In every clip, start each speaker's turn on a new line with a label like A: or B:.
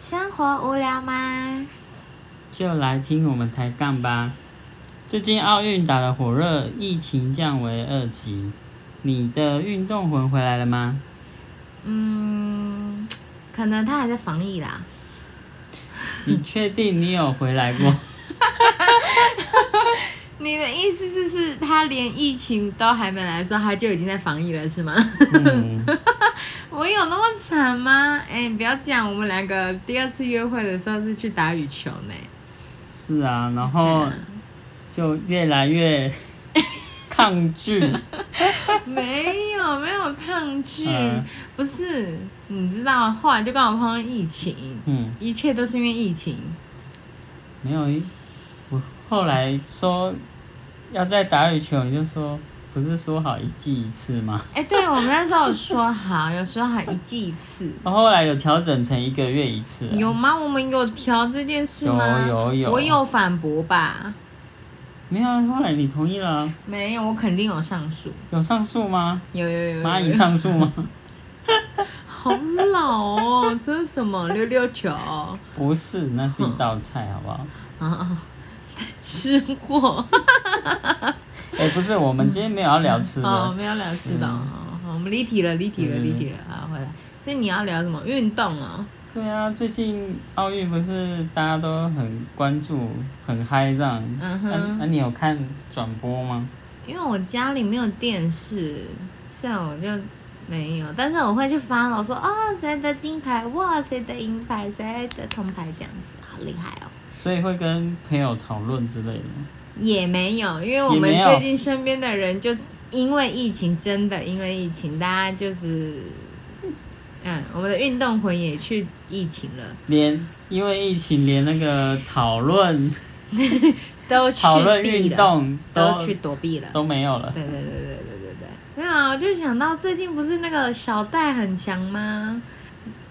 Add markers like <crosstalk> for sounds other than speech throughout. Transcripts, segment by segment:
A: 生活无聊吗？
B: 就来听我们抬杠吧。最近奥运打得火热，疫情降为二级，你的运动魂回来了吗？
A: 嗯，可能他还在防疫啦。
B: 你确定你有回来过？
A: 你的意思就是他连疫情都还没来的时候，他就已经在防疫了， <laughs> 是吗？
B: 嗯，
A: 我有那么惨吗？哎、不要讲，我们两个第二次约会的时候是去打羽球呢。
B: 是啊，然后就越来越抗拒。
A: 没有，没有抗拒，
B: 嗯
A: 不是，你知道，后来就刚好碰到疫情，
B: 嗯，
A: 一切都是因为疫 <laughs> 情。
B: 没有，我后来说要再打羽球，你就说不是说好一季一次吗？ <laughs>
A: 哎、对，我们那时候有说好，有说好一季一次。
B: 我后来有调整成一个月一次啊、
A: 有吗？我们有调这件事吗？
B: 有有有
A: 我有反驳吧？
B: 没有啊，后来你同意了啊，
A: 没有，我肯定有上诉。
B: 有上诉吗？
A: 有有有有
B: 蚂蚁
A: 有
B: 上树吗？
A: 好老哦，这是什么溜溜球？啊、
B: <laughs> 不是，那是一道菜，好不 <laughs> 好？
A: 吃货
B: 哎、不是，我们今天没有要聊吃
A: 哦，
B: 的，
A: 没有聊吃的、哦我们离题了，离题了，
B: 嗯
A: 离题了啊！回来，所以你要聊什么？运动啊、
B: 对啊，最近奥运不是大家都很关注、很嗨这样。
A: 嗯
B: 那、
A: 哼
B: 那你有看转播吗？
A: 因为我家里没有电视，所以我就没有。但是我会去翻了，我说哦，谁的金牌哇，谁的银牌，谁的铜牌，这样子，好厉害哦。
B: 所以会跟朋友讨论之类的。
A: 也没有，因为我们
B: 也没有
A: 最近身边的人就因为疫情，真的因为疫情，大家就是，嗯，我们的运动魂也去疫情了，
B: 连因为疫情，连那个讨论、 <laughs>
A: 都去
B: 讨论
A: 避
B: 运
A: 了，
B: 动
A: 都
B: 都
A: 去躲避了。
B: 都没有了。
A: 对对对对对对对，没有啊，我就想到最近不是那个小戴很强吗？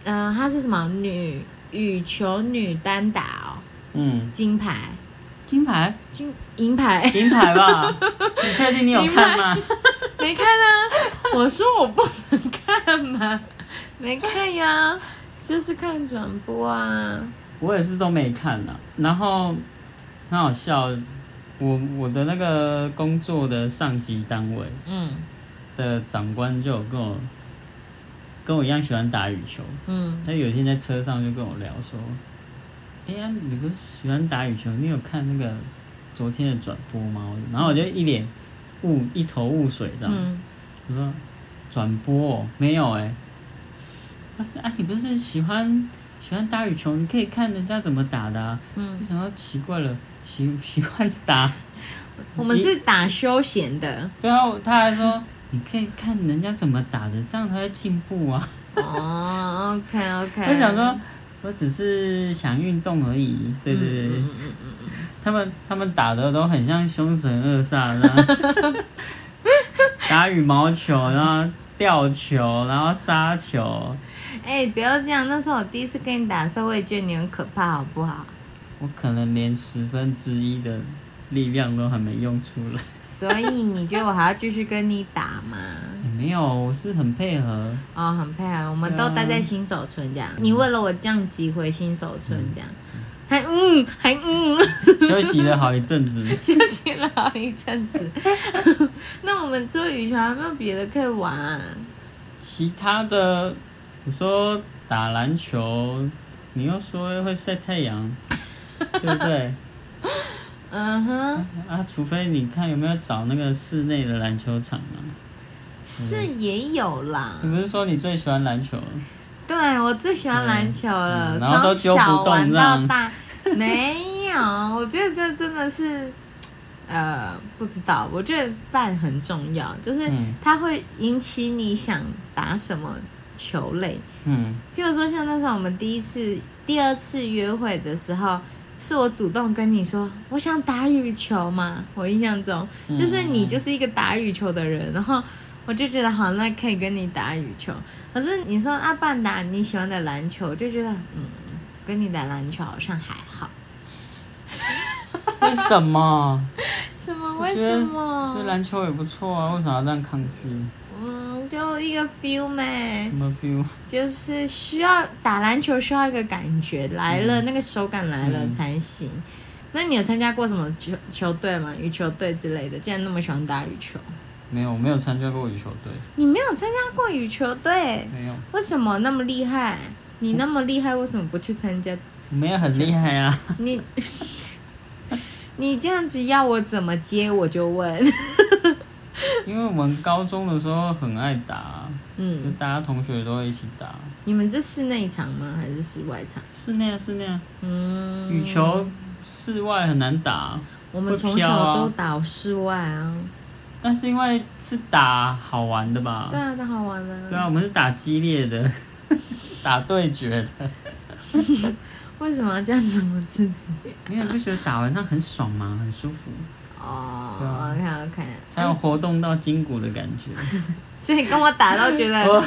A: 嗯、呃，她是什么女羽球女单打哦，
B: 嗯，
A: 金牌、
B: 金牌、
A: 金银牌。
B: 银牌吧？ <laughs> 你确定你有看吗？
A: <laughs> 没看啊！我说我不能看嘛，没看呀，就是看转播啊。
B: 我也是都没看啦。然后很好笑，我我的那个工作的上级单位
A: 嗯
B: 的长官就有跟我跟我一样喜欢打羽球，
A: 嗯，
B: 他有一天在车上就跟我聊说：“哎、呀、你不是喜欢打羽球？你有看那个昨天的转播吗？”然后我就一脸雾一头雾水这样，
A: 嗯，
B: 我说：“转播、哦、没有哎、他说：“啊，你不是喜欢喜欢打羽球？你可以看人家怎么打的、啊。”
A: 嗯
B: 为什么奇怪了？喜喜欢打？ <laughs>
A: 我们是打休闲的
B: 对啊，他还说你可以看人家怎么打的，这样才会进步啊。
A: 哦。OK OK，
B: 我想说，我只是想运动而已。对对对，对他们他们打的都很像凶神恶煞的啊，打羽毛球，然后吊球，然后杀球。
A: 哎、不要这样。那时候我第一次跟你打的时候，我也觉得你很可怕，好不好？
B: 我可能连十分之一的力量都还没用出来。
A: 所以你觉得我还要继续跟你打吗？
B: 也哎没有，我是很配合。 <laughs>
A: 哦，很配合，我们都待在新手村这样。你为了我降级回新手村这样，还嗯嗯还嗯。
B: 休息了好一阵子。
A: <laughs> 休息了好一阵子。那我们做羽球还有没有别的可以玩、啊
B: 其他的，你说打篮球，你又说会晒太
A: <laughs>
B: 阳，对不对？
A: 嗯哼，
B: 啊，除非你看有没有找那个室内的篮球场啊。
A: 是也有啦。
B: 你不是说你最喜欢篮球？
A: 对我最喜欢篮球了，
B: 嗯然后都
A: 从
B: 揪不
A: 小
B: 动
A: 玩
B: 这
A: 到
B: 样
A: 大。没有，我觉得这真的是，呃，不知道。我觉得伴很重要，就是
B: 嗯
A: 它会引起你想打什么球类。
B: 嗯，
A: 譬如说，像那时候我们第一次、第二次约会的时候，是我主动跟你说我想打羽球嘛。我印象中，
B: 嗯
A: 就是你就是一个打羽球的人，然后我就觉得好，那可以跟你打羽球。可是你说阿半打你喜欢的篮球，我就觉得嗯，跟你打篮球好像还好。
B: 为什么？
A: <laughs> 什么？
B: 我
A: 为
B: 觉得
A: 什
B: 觉得
A: 么？
B: 篮球也不错啊，为什么要这样抗拒？
A: 嗯，丢一个 feel 咩
B: 什？么 feel？
A: 就是需要打篮球需要一个感觉来了，那个手感来了
B: 嗯
A: 才行。那你有参加过什么球球队吗？羽球队之类的？既然那么喜欢打羽球，
B: 没有，我没有参加过羽球队，
A: 你没有参加过羽球队，
B: 没有，
A: 为什么那么厉害？你那么厉害，为什么不去参加？
B: 我们也很厉害啊。
A: 你 <laughs> 你这样子要我怎么接？我就 <laughs> 问，
B: 因为我们高中的时候很爱打，就
A: 嗯，
B: 大家同学都会一起打。
A: 你们这室内场吗？还是室外场？
B: 是那样，是那样。
A: 嗯，
B: 羽球室外很难打，
A: 我们
B: 会
A: 从
B: 飘
A: 小
B: 啊
A: 都打室外啊，
B: 那是因为是打好玩的吧
A: 对？啊，太好玩了。
B: 对啊，我们是打激烈的， <laughs> 打对决的。
A: 为什么要这样子我自己？
B: 因为你不觉得打完上很爽吗？很舒服，
A: 哦
B: 对啊
A: ，OK OK，
B: 才有活动到筋骨的感觉。
A: 所以跟我打到觉得
B: <laughs> 我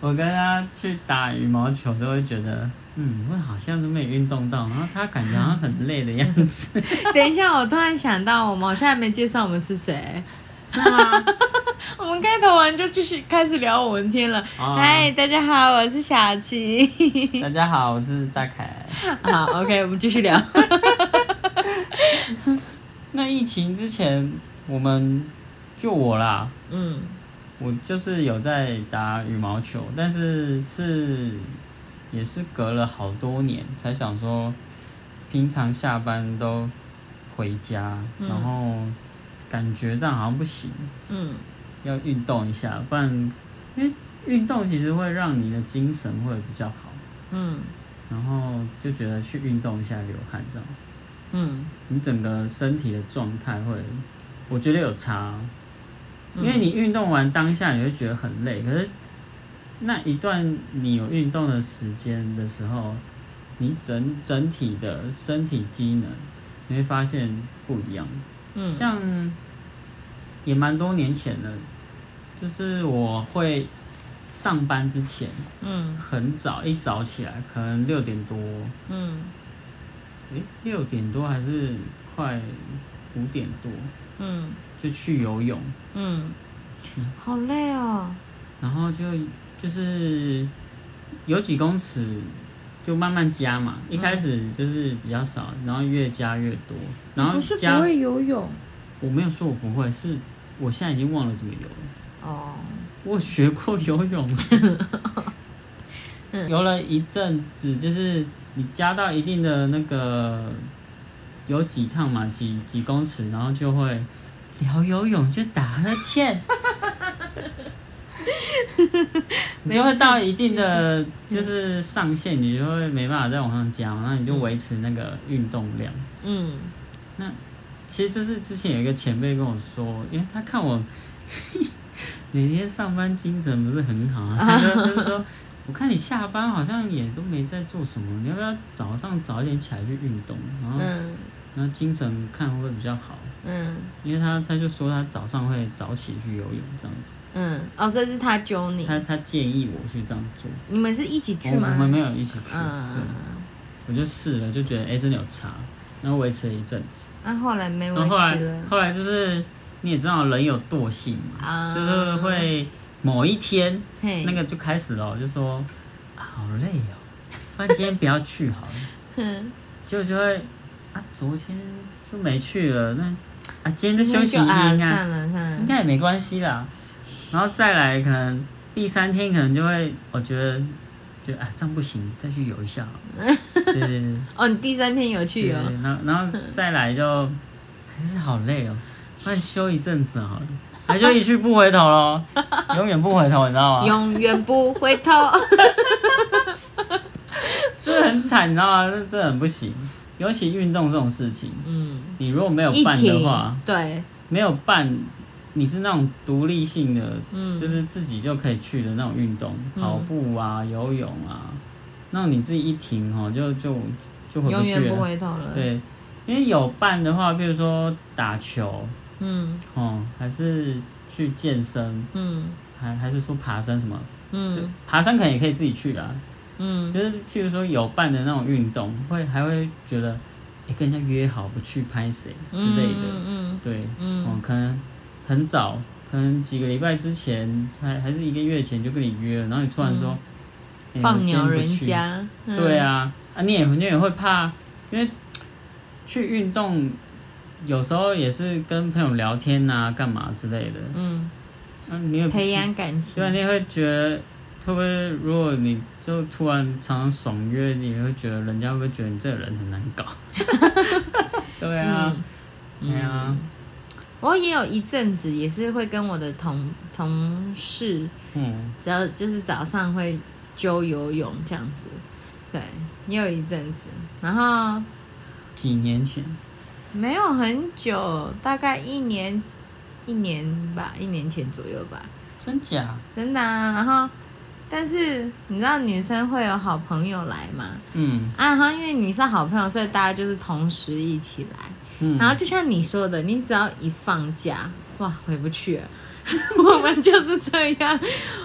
B: 我跟他去打羽毛球都会觉得，嗯，我好像都没有运动到，然后他感觉好像很累的样子。
A: 等一下，我突然想到，我们好像还没介绍我们是谁。
B: 真的吗？
A: <laughs> 我们开头完就继续开始聊我们天了。
B: 哦
A: 嗨、大家好，我是小
B: <laughs>
A: 琪。
B: 大家好，我是大凯。
A: 好，OK，我们继续聊。
B: 那疫情之前，我们就我啦，
A: 嗯，
B: 我就是有在打羽毛球，但是是也是隔了好多年才想说，平常下班都回家，
A: 嗯
B: 然后感觉这样好像不行，
A: 嗯，
B: 要运动一下，不然因为运动其实会让你的精神会比较好，
A: 嗯，
B: 然后就觉得去运动一下流汗这样。
A: 嗯，
B: 你整个身体的状态会，我觉得有差，
A: 嗯
B: 因为你运动完当下你会觉得很累，可是那一段你有运动的时间的时候，你整整体的身体机能你会发现不一样，
A: 嗯，
B: 像也蛮多年前了，就是我会上班之前
A: 嗯，
B: 很早一早起来，可能六点多，
A: 嗯，
B: 诶，六点多还是快五点多
A: 嗯，
B: 就去游泳，
A: 嗯，好累哦。
B: 然后就就是有几公尺就慢慢加嘛，
A: 嗯
B: 一开始就是比较少，然后越加越多，然后
A: 不是
B: 加嗯
A: 不会游泳
B: 我没有说我不会，是我现在已经忘了怎么游了，
A: 哦。
B: 我学过游泳，游了一阵子，就是你加到一定的那个有几趟嘛，几几公尺，然后就会聊游泳就打了欠，你就会到一定的就是上限，你就会没办法再往上加嘛，那你就维持那个运动量。
A: 嗯，
B: 其实这是之前有一个前辈跟我说，因为他看我 <laughs> 每天上班精神不是很
A: <laughs>
B: 好啊，他就他就说，我看你下班好像也都没在做什么，你要不要早上早一点起来去运动，然后
A: 嗯，
B: 然后精神看会不会比较好？
A: 嗯，
B: 因为他他就说他早上会早起去游泳这样子，
A: 嗯，哦，所以是他揪你。
B: 他他建议我去这样做，
A: 你们是一起去
B: 我
A: 吗？
B: 我们没有一起去，
A: 嗯，
B: 我就试了，就觉得哎、真的有差，然后维持了一阵子。
A: 那、啊后来没维
B: 然后后来
A: 持了。
B: 后来就是你也知道人有惰性嘛，
A: 啊
B: 就是会某一天
A: 嘿，
B: 那个就开始了，就说好累哦，不然今天不要去好了，
A: 嗯，
B: 结果就会啊昨天就没去了，那啊今天就
A: 今
B: 休
A: 天
B: 息
A: 就
B: 一
A: 啊，
B: 天啊，
A: 算了算
B: 应
A: 了，
B: 该也没关系啦，然后再来可能第三天可能就会我觉得觉得啊这样不行，再去游一下好了，对对对。
A: 哦，你第三天有去
B: 对，
A: 哦，
B: 然后然后再来就还是好累哦，不然休一阵
A: <laughs>
B: 子好了，还就一去不回头喽，永远不回头，你知道吗？
A: 永远不回
B: <laughs>
A: 头。
B: 这很惨，你知道吗？这这很不行，尤其运动这种事情，
A: 嗯，
B: 你如果没有
A: 一
B: 办的
A: 停
B: 话，，
A: 对，
B: 没有办，你是那种独立性的，
A: 嗯
B: 就是自己就可以去的那种运动，
A: 嗯
B: 跑步啊、游泳啊，那你自己一停哦，就就就回不
A: 永
B: 去
A: 远不
B: 了。
A: 回头了。
B: 对，因为有伴的话，比如说打球，
A: 嗯
B: 哦，还是去健身，
A: 嗯
B: 还还是说爬山什么？就
A: 嗯
B: 爬山可能也可以自己去啊，
A: 嗯，
B: 就是譬如说有伴的那种运动，会还会觉得，诶跟人家约好不去拍谁之类的，
A: 嗯嗯
B: 对，哦
A: 嗯
B: 哦，可能很早可能几个礼拜之前，还还是一个月前就跟你约了，然后你突然说，哎我
A: 嗯放
B: 今天
A: 鸟
B: 不
A: 人
B: 去
A: 家，嗯
B: 对，啊，啊你也你也会怕，因为去运动有时候也是跟朋友聊天呐、干嘛之类的，
A: 嗯，
B: 啊你也
A: 培养感情
B: 对啊，，你也会觉得会不会如果你就突然常常爽约，你也会觉得人家会不会觉得你这个人很难 <laughs> 搞？对啊，
A: 嗯，
B: 对啊，
A: 我也有一阵子也是会跟我的同同事，
B: 嗯，
A: 只要就是早上会揪游泳这样子，对，也有一阵子，然后
B: 几年前，
A: 没有很久，大概一年一年吧，一年前左右吧，
B: 真假？
A: 真的啊。然后，但是你知道女生会有好朋友来嘛？
B: 嗯
A: 啊，然后因为你是好朋友，所以大家就是同时一起来。
B: 嗯，
A: 然后就像你说的，你只要一放假，哇，回不去了。 <laughs> 我们就是这样，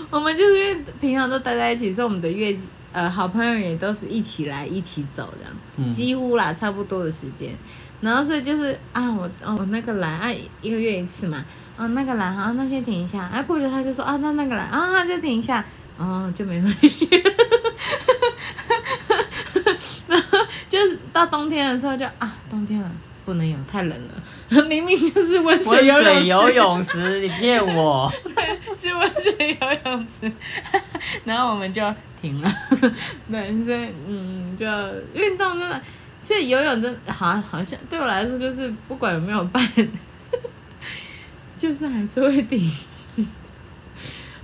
A: 我们就是因为平常都待在一起，所以我们的月呃好朋友也都是一起来一起走这样。
B: 嗯
A: 几乎啦，差不多的时间。然后所以就是啊，我哦我那个来啊，一个月一次嘛，啊那个来啊，那先停一下，啊过去他就说啊那那个来啊，那就停一下，哦就没关系。然后 <laughs> 就是到冬天的时候就啊冬天了不能有太冷了， <laughs> 明明就是温水
B: 温
A: 游
B: 水
A: 泳
B: 游
A: 池，
B: 泳池，你骗我！
A: 是温水游泳池， <laughs> 然后我们就停了。 <laughs> 对，所以嗯，就运动真的，所以游泳真的好，好像对我来说就是不管有没有伴， <laughs> 就是还是会停止。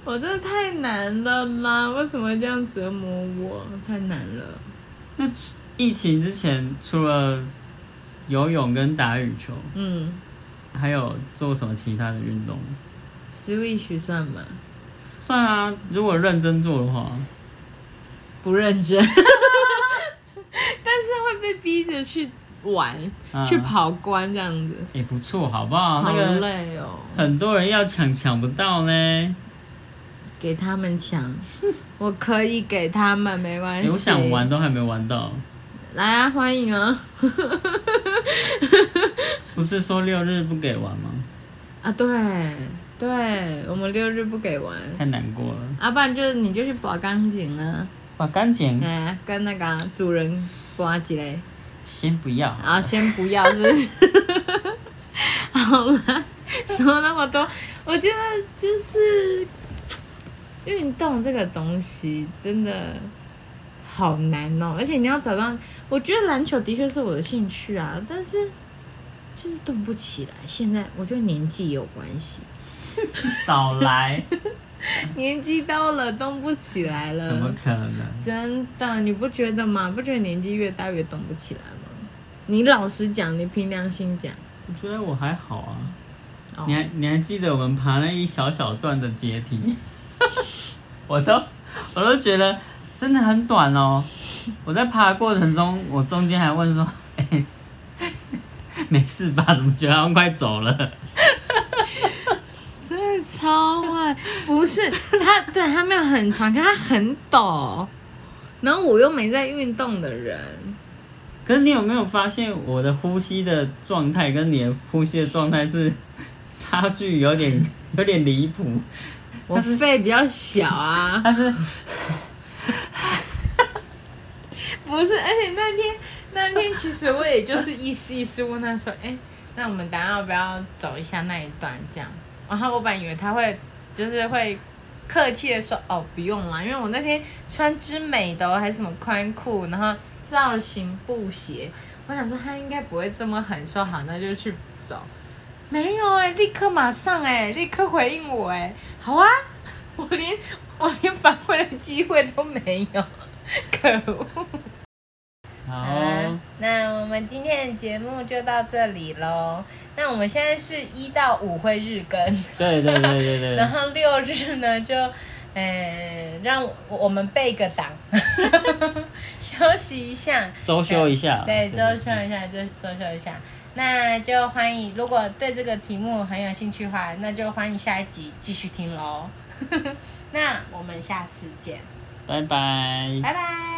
A: 我真的太难了啦！为什么这样折磨我？太难了。
B: 那疫情之前，除了游泳跟打羽球，
A: 嗯
B: 还有做什么其他的运动吗？
A: ，Switch 算吗？
B: 算啊，如果认真做的话，
A: 不认真， <laughs> 但是会被逼着去玩，
B: 啊
A: 去跑关这样子，
B: 也、不错，好不好？
A: 好
B: 那个
A: 累哦。
B: 很多人要抢抢不到呢。
A: 给他们抢，我可以给他们，没关
B: 欸
A: 系。
B: 我想玩，都还没玩到，
A: 来啊，欢迎啊！
B: 不是说六日不给玩吗？
A: 啊，对对，我们六日不给玩，
B: 太难过了，
A: 啊，不然就你就去拔钢琴啊，
B: 把干剪
A: 哎、跟那个啊主人拔几嘞，
B: 先不要。
A: 啊，先不要，是不是？ <laughs> 好了，说那么多，我觉得就是运动这个东西真的好难哦，而且你要找到，我觉得篮球的确是我的兴趣啊，但是就是动不起来。现在我觉得年纪也有关系，
B: 少来，
A: 年纪到了动不起来
B: 怎么
A: 了，
B: 可能？
A: 真的，你不觉得吗？不觉得年纪越大越动不起来吗？你老实讲，你凭良心讲。
B: 我觉得我还好啊。
A: 哦
B: 你还你还记得我们爬那一小小段的阶梯？ <laughs> 我都我都觉得真的很短哦。我在爬的过程中，我中间还问说：“ <laughs> 哎、没事吧？怎么觉得好像快走了
A: 真的超坏，不是他，对他没有很长，可他很陡。然后我又没在运动的人，？”
B: 可是你有没有发现我的呼吸的状态跟你的呼吸的状态是差距有点 <laughs> 有点离谱？
A: 我肺比较小啊。
B: 它是
A: <laughs> 不是，而且那天那天其实我也就是意思意思问他说，哎、那我们等一下要不要走一下那一段这样？然后我本来以为他会就是会客气的说，哦，不用啦，因为我那天穿织美的哦、还是什么宽裤，然后造型布鞋，我想说他应该不会这么狠，说好那就去走。没有哎、立刻马上哎、立刻回应我哎、好啊， <laughs> 我连 <laughs> 我连反悔的机会都没有，可恶。 <laughs> 呃
B: 好
A: 好，那我们今天的节目就到这里喽。那我们现在是一到五会日更，
B: 对对对对对
A: <laughs> 然后六日呢就，呃，让我我们备个档， <laughs> 休息一下，
B: 周休一下，
A: 对，周休一下，周周休一下。那就欢迎，如果对这个题目很有兴趣的话，那就欢迎下一集继 <laughs> 续听喽。那我们下次见，
B: 拜拜。
A: 拜拜。